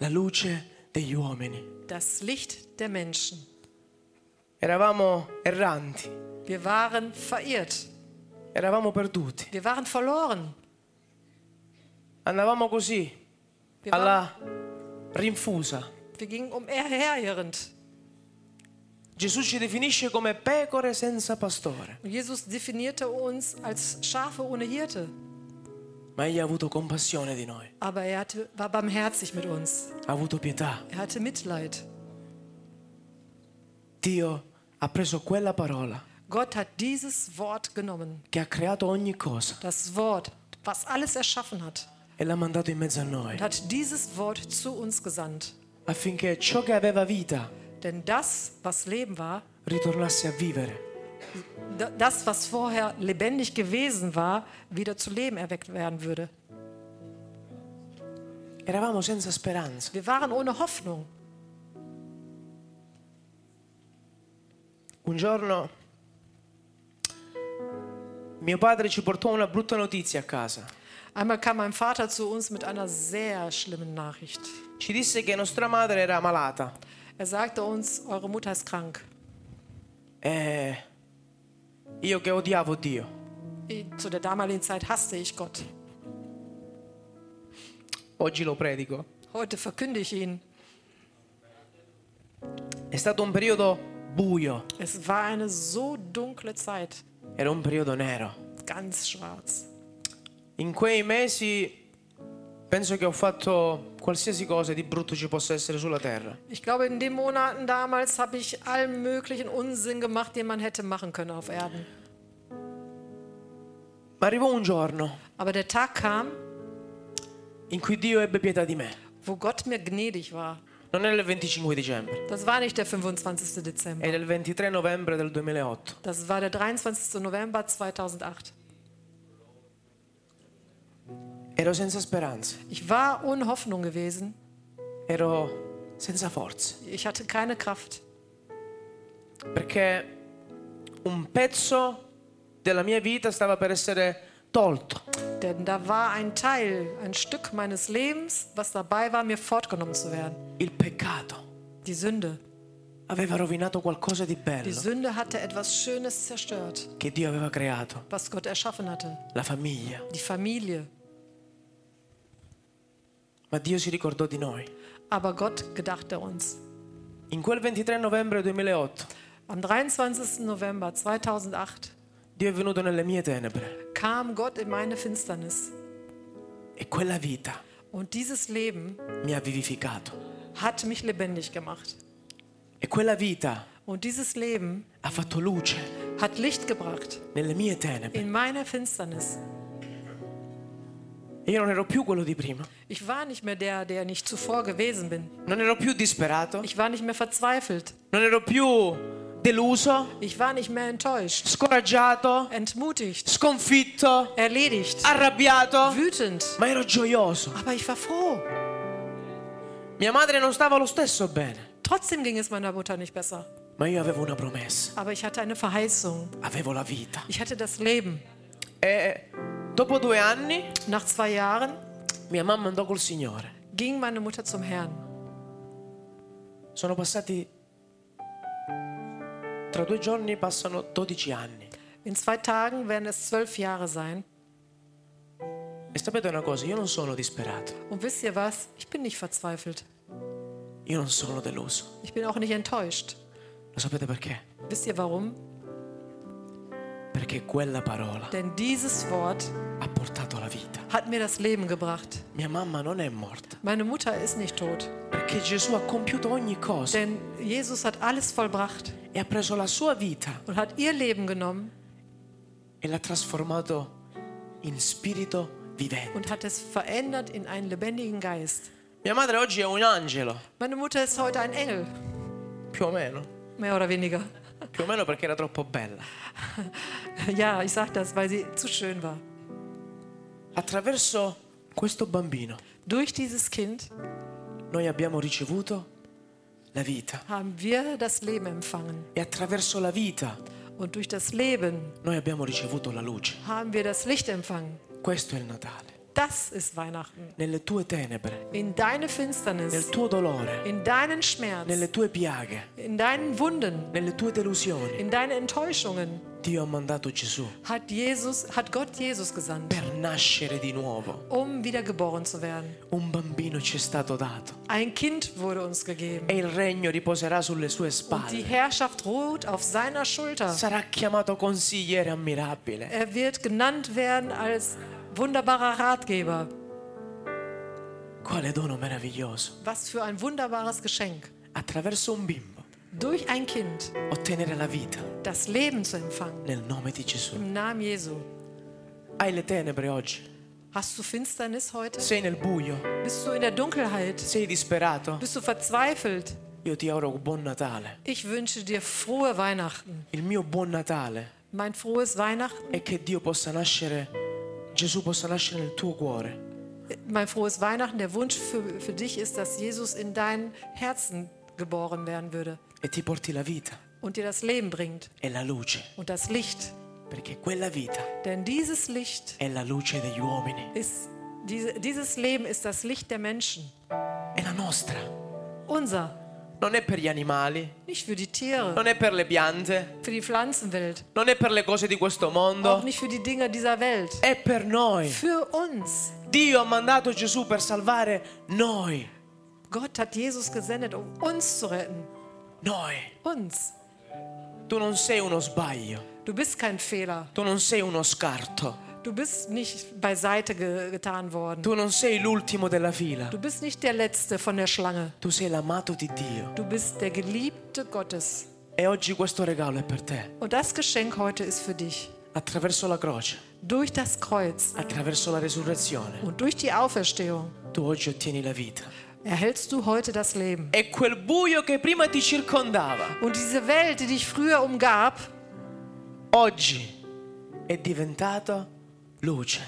Speaker 1: La luce degli uomini.
Speaker 2: Das Licht der Menschen.
Speaker 1: Eravamo erranti,
Speaker 2: Wir waren verirrt.
Speaker 1: eravamo perduti.
Speaker 2: Wir waren verloren.
Speaker 1: Andavamo così,
Speaker 2: Wir, waren,
Speaker 1: alla rinfusa.
Speaker 2: wir gingen umherirrend.
Speaker 1: Gesù ci definisce come pecore senza pastore,
Speaker 2: Und Jesus definierte uns als Schafe ohne Hirte.
Speaker 1: ma egli ha avuto compassione di noi,
Speaker 2: Aber er hatte, war barmherzig mit uns.
Speaker 1: ha avuto pietà.
Speaker 2: Er hatte Mitleid.
Speaker 1: Dio ha preso quella parola
Speaker 2: Gott hat dieses Wort genommen.
Speaker 1: che ha creato ogni cosa
Speaker 2: Das Wort, was alles erschaffen hat.
Speaker 1: e l'ha mandato in mezzo a noi,
Speaker 2: Und hat dieses Wort zu uns gesandt.
Speaker 1: affinché ciò che aveva vita
Speaker 2: Denn das, was Leben war,
Speaker 1: ritornasse a vivere.
Speaker 2: da- das, was vorher lebendig gewesen war, wieder zu Leben erweckt werden würde.
Speaker 1: Eravamo senza speranza.
Speaker 2: Wir waren ohne Hoffnung.
Speaker 1: Un giorno mio padre ci portò una brutta notizia a casa.
Speaker 2: Einmal kam mein Vater zu uns mit einer sehr schlimmen Nachricht.
Speaker 1: Ci disse che nostra madre era malata
Speaker 2: Er sagte uns, eure Mutter ist krank.
Speaker 1: e Eh, io che odiavo Dio,
Speaker 2: Zu der damaligen Zeit hasste ich Gott.
Speaker 1: oggi lo predico.
Speaker 2: Heute verkünde ich ihn.
Speaker 1: È stato un periodo buio,
Speaker 2: Es war eine so dunkle Zeit,
Speaker 1: era un periodo nero.
Speaker 2: ganz schwarz.
Speaker 1: In quei mesi penso che ho fatto qualsiasi cosa di brutto ci possa essere sulla terra.
Speaker 2: Ich glaube, in den Monaten damals habe ich allen möglichen Unsinn gemacht, den man hätte machen können auf Erden.
Speaker 1: Ma arrivò un giorno
Speaker 2: Aber der Tag kam,
Speaker 1: in cui Dio ebbe pietà di me.
Speaker 2: wo Gott mir gnädig war.
Speaker 1: Non era il 25 dicembre,
Speaker 2: Das war nicht der 25. Dezember.
Speaker 1: era il 23 novembre del 2008.
Speaker 2: Das war der 23. November 2008.
Speaker 1: Ero senza speranze,
Speaker 2: Ich war ohne Hoffnung gewesen.
Speaker 1: ero senza forze,
Speaker 2: Ich hatte keine Kraft.
Speaker 1: perché un pezzo della mia vita stava per essere tolto.
Speaker 2: Denn da war ein Teil, ein Stück meines Lebens, was dabei war, mir fortgenommen zu werden.
Speaker 1: Il peccato
Speaker 2: Die Sünde.
Speaker 1: aveva rovinato qualcosa di
Speaker 2: Die
Speaker 1: bello
Speaker 2: Sünde hatte etwas Schönes zerstört,
Speaker 1: che Dio aveva creato,
Speaker 2: was Gott erschaffen hatte.
Speaker 1: la famiglia.
Speaker 2: Die Familie.
Speaker 1: Ma Dio si ricordò di noi.
Speaker 2: Aber Gott gedachte uns.
Speaker 1: In quel 23 novembre 2008
Speaker 2: Am 23. November 2008
Speaker 1: Dio è venuto nelle mie tenebre
Speaker 2: kam Gott in meine Finsternis.
Speaker 1: e quella vita
Speaker 2: Und dieses Leben
Speaker 1: mi ha vivificato.
Speaker 2: hat mich lebendig gemacht.
Speaker 1: E quella vita
Speaker 2: Und dieses Leben
Speaker 1: ha fatto luce
Speaker 2: hat Licht gebracht
Speaker 1: nelle mie tenebre.
Speaker 2: in meiner Finsternis.
Speaker 1: Io non ero più quello di prima.
Speaker 2: Ich war nicht mehr der, der ich zuvor gewesen bin.
Speaker 1: Non ero più disperato,
Speaker 2: Ich war nicht mehr verzweifelt.
Speaker 1: non ero più deluso,
Speaker 2: Ich war nicht mehr enttäuscht,
Speaker 1: scoraggiato,
Speaker 2: entmutigt,
Speaker 1: sconfitto,
Speaker 2: erledigt,
Speaker 1: arrabbiato,
Speaker 2: wütend.
Speaker 1: ma ero gioioso.
Speaker 2: Aber ich war froh.
Speaker 1: Mia madre non stava lo stesso bene,
Speaker 2: Trotzdem ging es meiner Mutter nicht besser.
Speaker 1: ma io avevo una promessa,
Speaker 2: Aber ich hatte eine Verheißung.
Speaker 1: avevo la vita.
Speaker 2: Ich hatte das Leben.
Speaker 1: E dopo due anni
Speaker 2: Nach zwei Jahren
Speaker 1: mia mamma andò col Signore.
Speaker 2: ging meine Mutter zum Herrn.
Speaker 1: Sono passati... Tra due giorni passano 12 anni.
Speaker 2: In zwei Tagen werden es zwölf Jahre sein.
Speaker 1: E sapete una cosa, io non sono disperato,
Speaker 2: Und wisst ihr was? Ich bin nicht verzweifelt.
Speaker 1: io non sono deluso.
Speaker 2: Ich bin auch nicht enttäuscht.
Speaker 1: Lo sapete perché?
Speaker 2: Wisst ihr warum?
Speaker 1: Perché quella parola
Speaker 2: Denn dieses Wort
Speaker 1: ha portato la vita.
Speaker 2: hat mir das Leben gebracht.
Speaker 1: Mia mamma non è morta,
Speaker 2: Meine Mutter ist nicht tot.
Speaker 1: perché Gesù ha compiuto ogni cosa
Speaker 2: Denn Jesus hat alles vollbracht
Speaker 1: e ha preso la sua vita
Speaker 2: und hat ihr Leben genommen
Speaker 1: e l'ha trasformato in spirito vivente.
Speaker 2: und hat es verändert in einen lebendigen Geist.
Speaker 1: Mia madre oggi è un angelo,
Speaker 2: Meine Mutter ist heute ein Engel,
Speaker 1: più o meno,
Speaker 2: mehr oder weniger.
Speaker 1: più o meno perché era troppo bella.
Speaker 2: Ja, ich sage das, weil sie zu schön war.
Speaker 1: Attraverso questo bambino
Speaker 2: Durch dieses Kind
Speaker 1: noi abbiamo ricevuto la vita
Speaker 2: haben wir das Leben empfangen.
Speaker 1: e attraverso la vita
Speaker 2: Und durch das Leben
Speaker 1: noi abbiamo ricevuto la luce.
Speaker 2: haben wir das Licht empfangen.
Speaker 1: Questo è il Natale.
Speaker 2: Das ist Weihnachten.
Speaker 1: Nelle tue tenebre,
Speaker 2: In deine
Speaker 1: nel
Speaker 2: Finsternis,
Speaker 1: tuo dolore,
Speaker 2: in deinen Schmerz,
Speaker 1: nelle tue piaghe,
Speaker 2: in deinen Wunden,
Speaker 1: nelle tue delusioni,
Speaker 2: in deine Enttäuschungen
Speaker 1: Dio ha mandato Gesù
Speaker 2: hat, Jesus, hat Gott Jesus gesandt,
Speaker 1: per nascere di nuovo.
Speaker 2: um wiedergeboren zu werden.
Speaker 1: Un bambino ci è stato dato
Speaker 2: Ein Kind wurde uns gegeben.
Speaker 1: e il regno riposerà sulle sue
Speaker 2: Und die
Speaker 1: spalle.
Speaker 2: Herrschaft ruht auf seiner Schulter.
Speaker 1: Sarà chiamato consigliere ammirabile.
Speaker 2: Er wird genannt werden als wunderbarer Ratgeber.
Speaker 1: Quale dono meraviglioso.
Speaker 2: Was für ein wunderbares Geschenk.
Speaker 1: Attraverso un bimbo
Speaker 2: Durch ein Kind
Speaker 1: ottenere la vita
Speaker 2: das Leben zu empfangen.
Speaker 1: nel nome di Gesù.
Speaker 2: Im Namen Jesu.
Speaker 1: Hai le tenebre oggi.
Speaker 2: Hast du Finsternis heute?
Speaker 1: Sei nel buio,
Speaker 2: Bist du in der Dunkelheit?
Speaker 1: sei disperato.
Speaker 2: Bist du verzweifelt?
Speaker 1: Io ti auguro un buon Natale.
Speaker 2: Ich wünsche dir frohe Weihnachten.
Speaker 1: Il mio buon Natale
Speaker 2: Mein frohes Weihnachten,
Speaker 1: è che Dio possa nascere, Gesù possa nascere nel tuo cuore,
Speaker 2: mein frohes Weihnachten, der Wunsch für, für dich ist, dass Jesus in dein Herzen geboren werden würde
Speaker 1: e ti porti la vita
Speaker 2: und dir das Leben bringt
Speaker 1: e la luce,
Speaker 2: und das Licht.
Speaker 1: perché quella vita
Speaker 2: Denn dieses Licht
Speaker 1: è la luce degli uomini,
Speaker 2: ist, diese, dieses Leben ist das Licht der Menschen.
Speaker 1: è la nostra.
Speaker 2: Unser,
Speaker 1: Non è per gli animali,
Speaker 2: nicht für die Tiere,
Speaker 1: non è per le piante,
Speaker 2: für die Pflanzenwelt,
Speaker 1: non è per le cose di questo
Speaker 2: auch
Speaker 1: mondo,
Speaker 2: nicht für die Dinge dieser Welt.
Speaker 1: è per noi.
Speaker 2: Für uns.
Speaker 1: Dio ha mandato Gesù per salvare noi,
Speaker 2: Gott hat Jesus gesendet, um uns zu retten.
Speaker 1: noi.
Speaker 2: Uns.
Speaker 1: Tu non sei uno sbaglio,
Speaker 2: Du bist kein Fehler.
Speaker 1: tu non sei uno scarto,
Speaker 2: Du bist nicht beiseite ge getan worden.
Speaker 1: tu non sei l'ultimo della fila,
Speaker 2: Du bist nicht der Letzte von der Schlange.
Speaker 1: tu sei l'amato di Dio.
Speaker 2: Du bist der Geliebte Gottes.
Speaker 1: E oggi questo regalo è per te,
Speaker 2: Und das Geschenk heute ist für dich.
Speaker 1: attraverso la croce,
Speaker 2: Durch das Kreuz
Speaker 1: attraverso la resurrezione,
Speaker 2: und durch die Auferstehung
Speaker 1: tu oggi ottieni la vita.
Speaker 2: erhältst du heute das Leben.
Speaker 1: E quel buio che prima ti circondava,
Speaker 2: Und diese Welt, die dich früher umgab,
Speaker 1: oggi è diventata luce,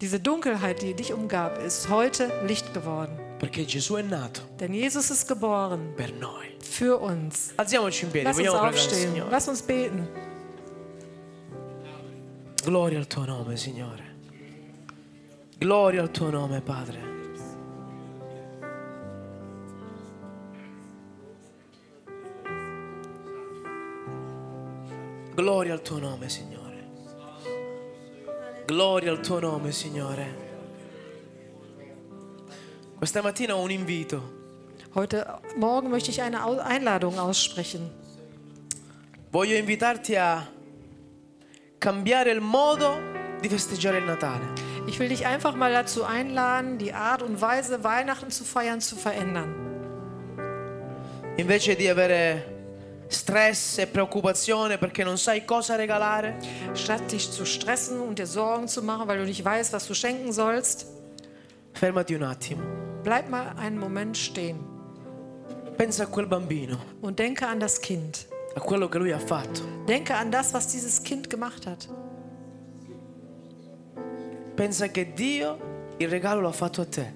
Speaker 2: diese Dunkelheit, die dich umgab, ist heute Licht geworden.
Speaker 1: perché Gesù è nato
Speaker 2: Denn Jesus ist geboren
Speaker 1: per noi.
Speaker 2: für uns.
Speaker 1: Alziamoci in piedi,
Speaker 2: Lass uns
Speaker 1: vogliamo pregare il
Speaker 2: aufstehen,
Speaker 1: Signore.
Speaker 2: lass uns beten.
Speaker 1: Gloria al tuo nome, Signore. Gloria al tuo nome, Padre. Gloria al tuo nome, Signore. Gloria al tuo nome, Signore. Questa mattina ho un invito.
Speaker 2: Heute Morgen möchte ich eine Au- Einladung aussprechen.
Speaker 1: Voglio invitarti a cambiare il modo di festeggiare il Natale.
Speaker 2: Ich will dich einfach mal dazu einladen, die Art und Weise, Weihnachten zu feiern, zu verändern.
Speaker 1: Invece di avere stress e preoccupazione perché non sai cosa regalare,
Speaker 2: Statt dich zu stressen und dir Sorgen zu machen, weil du nicht weißt, was du schenken sollst,
Speaker 1: fermati un attimo.
Speaker 2: bleib mal einen Moment stehen
Speaker 1: Pensa a quel bambino,
Speaker 2: und denke an das Kind.
Speaker 1: a quello che lui ha fatto.
Speaker 2: Denke an das, was dieses Kind gemacht hat.
Speaker 1: Pensa che Dio il regalo l'ha fatto a te.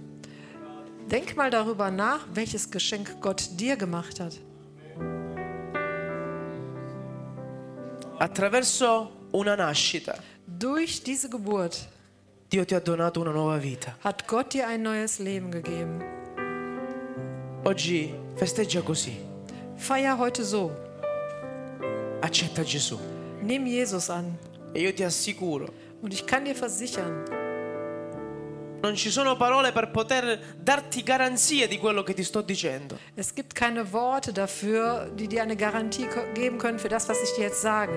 Speaker 2: Denk mal darüber nach, welches Geschenk Gott dir gemacht hat.
Speaker 1: Attraverso una nascita,
Speaker 2: Durch diese Geburt
Speaker 1: Dio ti ha donato una nuova vita.
Speaker 2: hat Gott dir ein neues Leben gegeben.
Speaker 1: Oggi festeggia così.
Speaker 2: Feier heute so.
Speaker 1: Accetta Gesù.
Speaker 2: Nimm Jesus an.
Speaker 1: E io ti assicuro,
Speaker 2: Und ich kann dir versichern,
Speaker 1: non ci sono parole per poter darti garanzie di quello che ti sto dicendo.
Speaker 2: es gibt keine Worte dafür, die dir eine Garantie ko- geben können für das, was ich dir jetzt sage.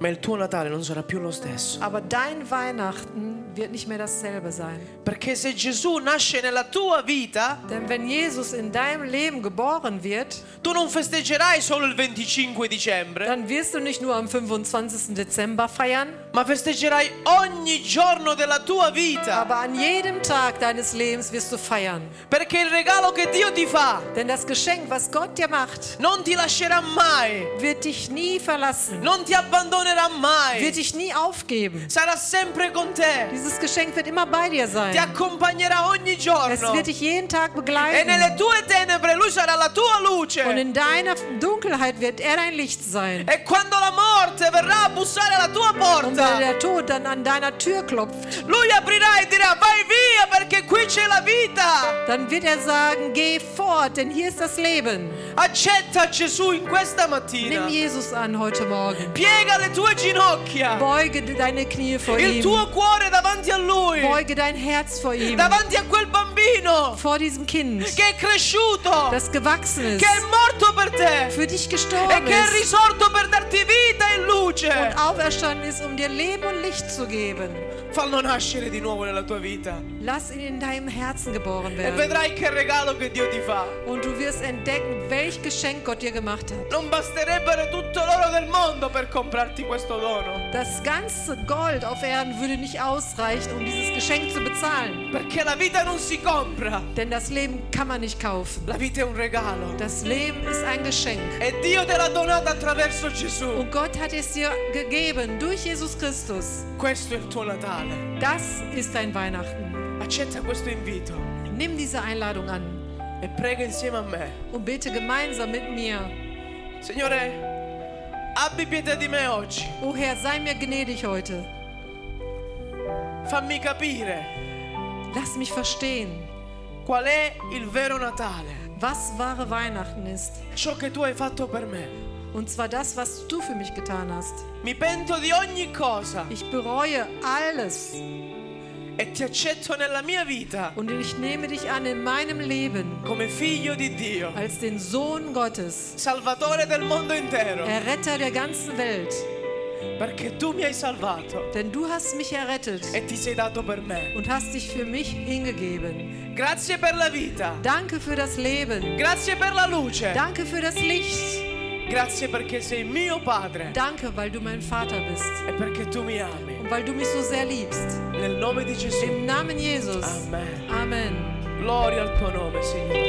Speaker 1: Ma il tuo Natale non sarà più lo stesso.
Speaker 2: Aber dein Weihnachten wird nicht mehr dasselbe sein.
Speaker 1: Perché se Gesù nasce nella tua vita,
Speaker 2: Denn wenn Jesus in deinem Leben geboren wird,
Speaker 1: tu non festeggerai solo il 25 dicembre,
Speaker 2: dann wirst du nicht nur am 25. Dezember feiern,
Speaker 1: ma festeggerai ogni giorno della tua vita.
Speaker 2: aber an jedem Tag deines Lebens wirst du feiern.
Speaker 1: Perché il regalo che Dio ti fa
Speaker 2: Denn das Geschenk, was Gott dir macht,
Speaker 1: non ti lascerà mai,
Speaker 2: wird dich nie verlassen,
Speaker 1: non ti abbandonerà
Speaker 2: wird
Speaker 1: mai,
Speaker 2: dich nie aufgeben.
Speaker 1: sarà sempre con te,
Speaker 2: Dieses Geschenk wird immer bei dir
Speaker 1: ti
Speaker 2: sein.
Speaker 1: accompagnerà ogni
Speaker 2: Es
Speaker 1: giorno
Speaker 2: wird dich jeden
Speaker 1: e
Speaker 2: Tag
Speaker 1: nelle
Speaker 2: begleiten.
Speaker 1: tue tenebre Lui sarà la tua
Speaker 2: Und
Speaker 1: luce.
Speaker 2: in deiner Dunkelheit wird er dein Licht sein.
Speaker 1: E quando la morte verrà a bussare alla tua
Speaker 2: Und wenn
Speaker 1: porta,
Speaker 2: der Tod dann an deiner Tür klopft,
Speaker 1: Lui aprirà e dirà vai via perché qui c'è la vita.
Speaker 2: dann wird er sagen, geh fort, denn hier ist das Leben.
Speaker 1: Accetta Gesù in questa
Speaker 2: Nimm
Speaker 1: mattina.
Speaker 2: Jesus an heute Morgen.
Speaker 1: Piega le tue ginocchia,
Speaker 2: Beuge deine Knie vor
Speaker 1: il
Speaker 2: ihm.
Speaker 1: tuo cuore davanti a Lui,
Speaker 2: Beuge dein Herz vor ihm.
Speaker 1: davanti a quel bambino
Speaker 2: Vor diesem Kind,
Speaker 1: che è cresciuto,
Speaker 2: das gewachsen ist,
Speaker 1: che è morto per te
Speaker 2: für dich
Speaker 1: e
Speaker 2: gestorben
Speaker 1: che è
Speaker 2: ist.
Speaker 1: risorto per darti vita e luce.
Speaker 2: und auferstanden ist, um dir Leben und Licht zu geben.
Speaker 1: Fallo nascere di nuovo nella tua vita
Speaker 2: Lass ihn in deinem Herzen geboren
Speaker 1: e
Speaker 2: werden.
Speaker 1: vedrai che regalo che Dio ti fa.
Speaker 2: Und du wirst entdecken, welch Geschenk Gott dir gemacht hat.
Speaker 1: Non basterebbero tutto l'oro del mondo per comprarti questo dono,
Speaker 2: Das ganze Gold auf Erden würde nicht ausreichen, um dieses Geschenk zu bezahlen.
Speaker 1: perché la vita non si compra,
Speaker 2: Denn das Leben kann man nicht kaufen.
Speaker 1: la vita è un regalo
Speaker 2: Das Leben ist ein Geschenk.
Speaker 1: e Dio te l'ha donata attraverso Gesù.
Speaker 2: Und Gott hat es dir gegeben durch Jesus Christus.
Speaker 1: Questo è il tuo Natale.
Speaker 2: Das ist dein Weihnachten.
Speaker 1: Accetta questo invito
Speaker 2: Nimm diese Einladung an
Speaker 1: e prega insieme a me.
Speaker 2: und bete gemeinsam mit mir.
Speaker 1: Signore, abbi pietà di me oggi.
Speaker 2: O Herr, sei mir gnädig heute.
Speaker 1: Fammi capire
Speaker 2: Lass mich verstehen.
Speaker 1: qual è il vero Natale.
Speaker 2: was wahre Weihnachten ist.
Speaker 1: Ciò che tu hai fatto per me.
Speaker 2: Und zwar das, was du für mich getan hast.
Speaker 1: Mi pento di ogni cosa
Speaker 2: Ich bereue alles.
Speaker 1: e ti accetto nella mia vita
Speaker 2: Und ich nehme dich an in meinem Leben
Speaker 1: come figlio di Dio,
Speaker 2: als den Sohn Gottes,
Speaker 1: salvatore del mondo intero,
Speaker 2: Erretter der ganzen Welt.
Speaker 1: perché tu mi hai salvato
Speaker 2: Denn du hast mich errettet
Speaker 1: e ti sei dato per me.
Speaker 2: und hast dich für mich hingegeben.
Speaker 1: Grazie per la vita,
Speaker 2: Danke für das Leben.
Speaker 1: grazie per la luce,
Speaker 2: Danke für das Licht.
Speaker 1: grazie perché sei mio padre
Speaker 2: Danke, weil du mein Vater bist
Speaker 1: e perché tu mi ami.
Speaker 2: und weil du mich so sehr liebst.
Speaker 1: Nel nome di Gesù.
Speaker 2: Im Namen Jesus.
Speaker 1: Amen.
Speaker 2: Amen.
Speaker 1: Gloria al tuo nome, Signore.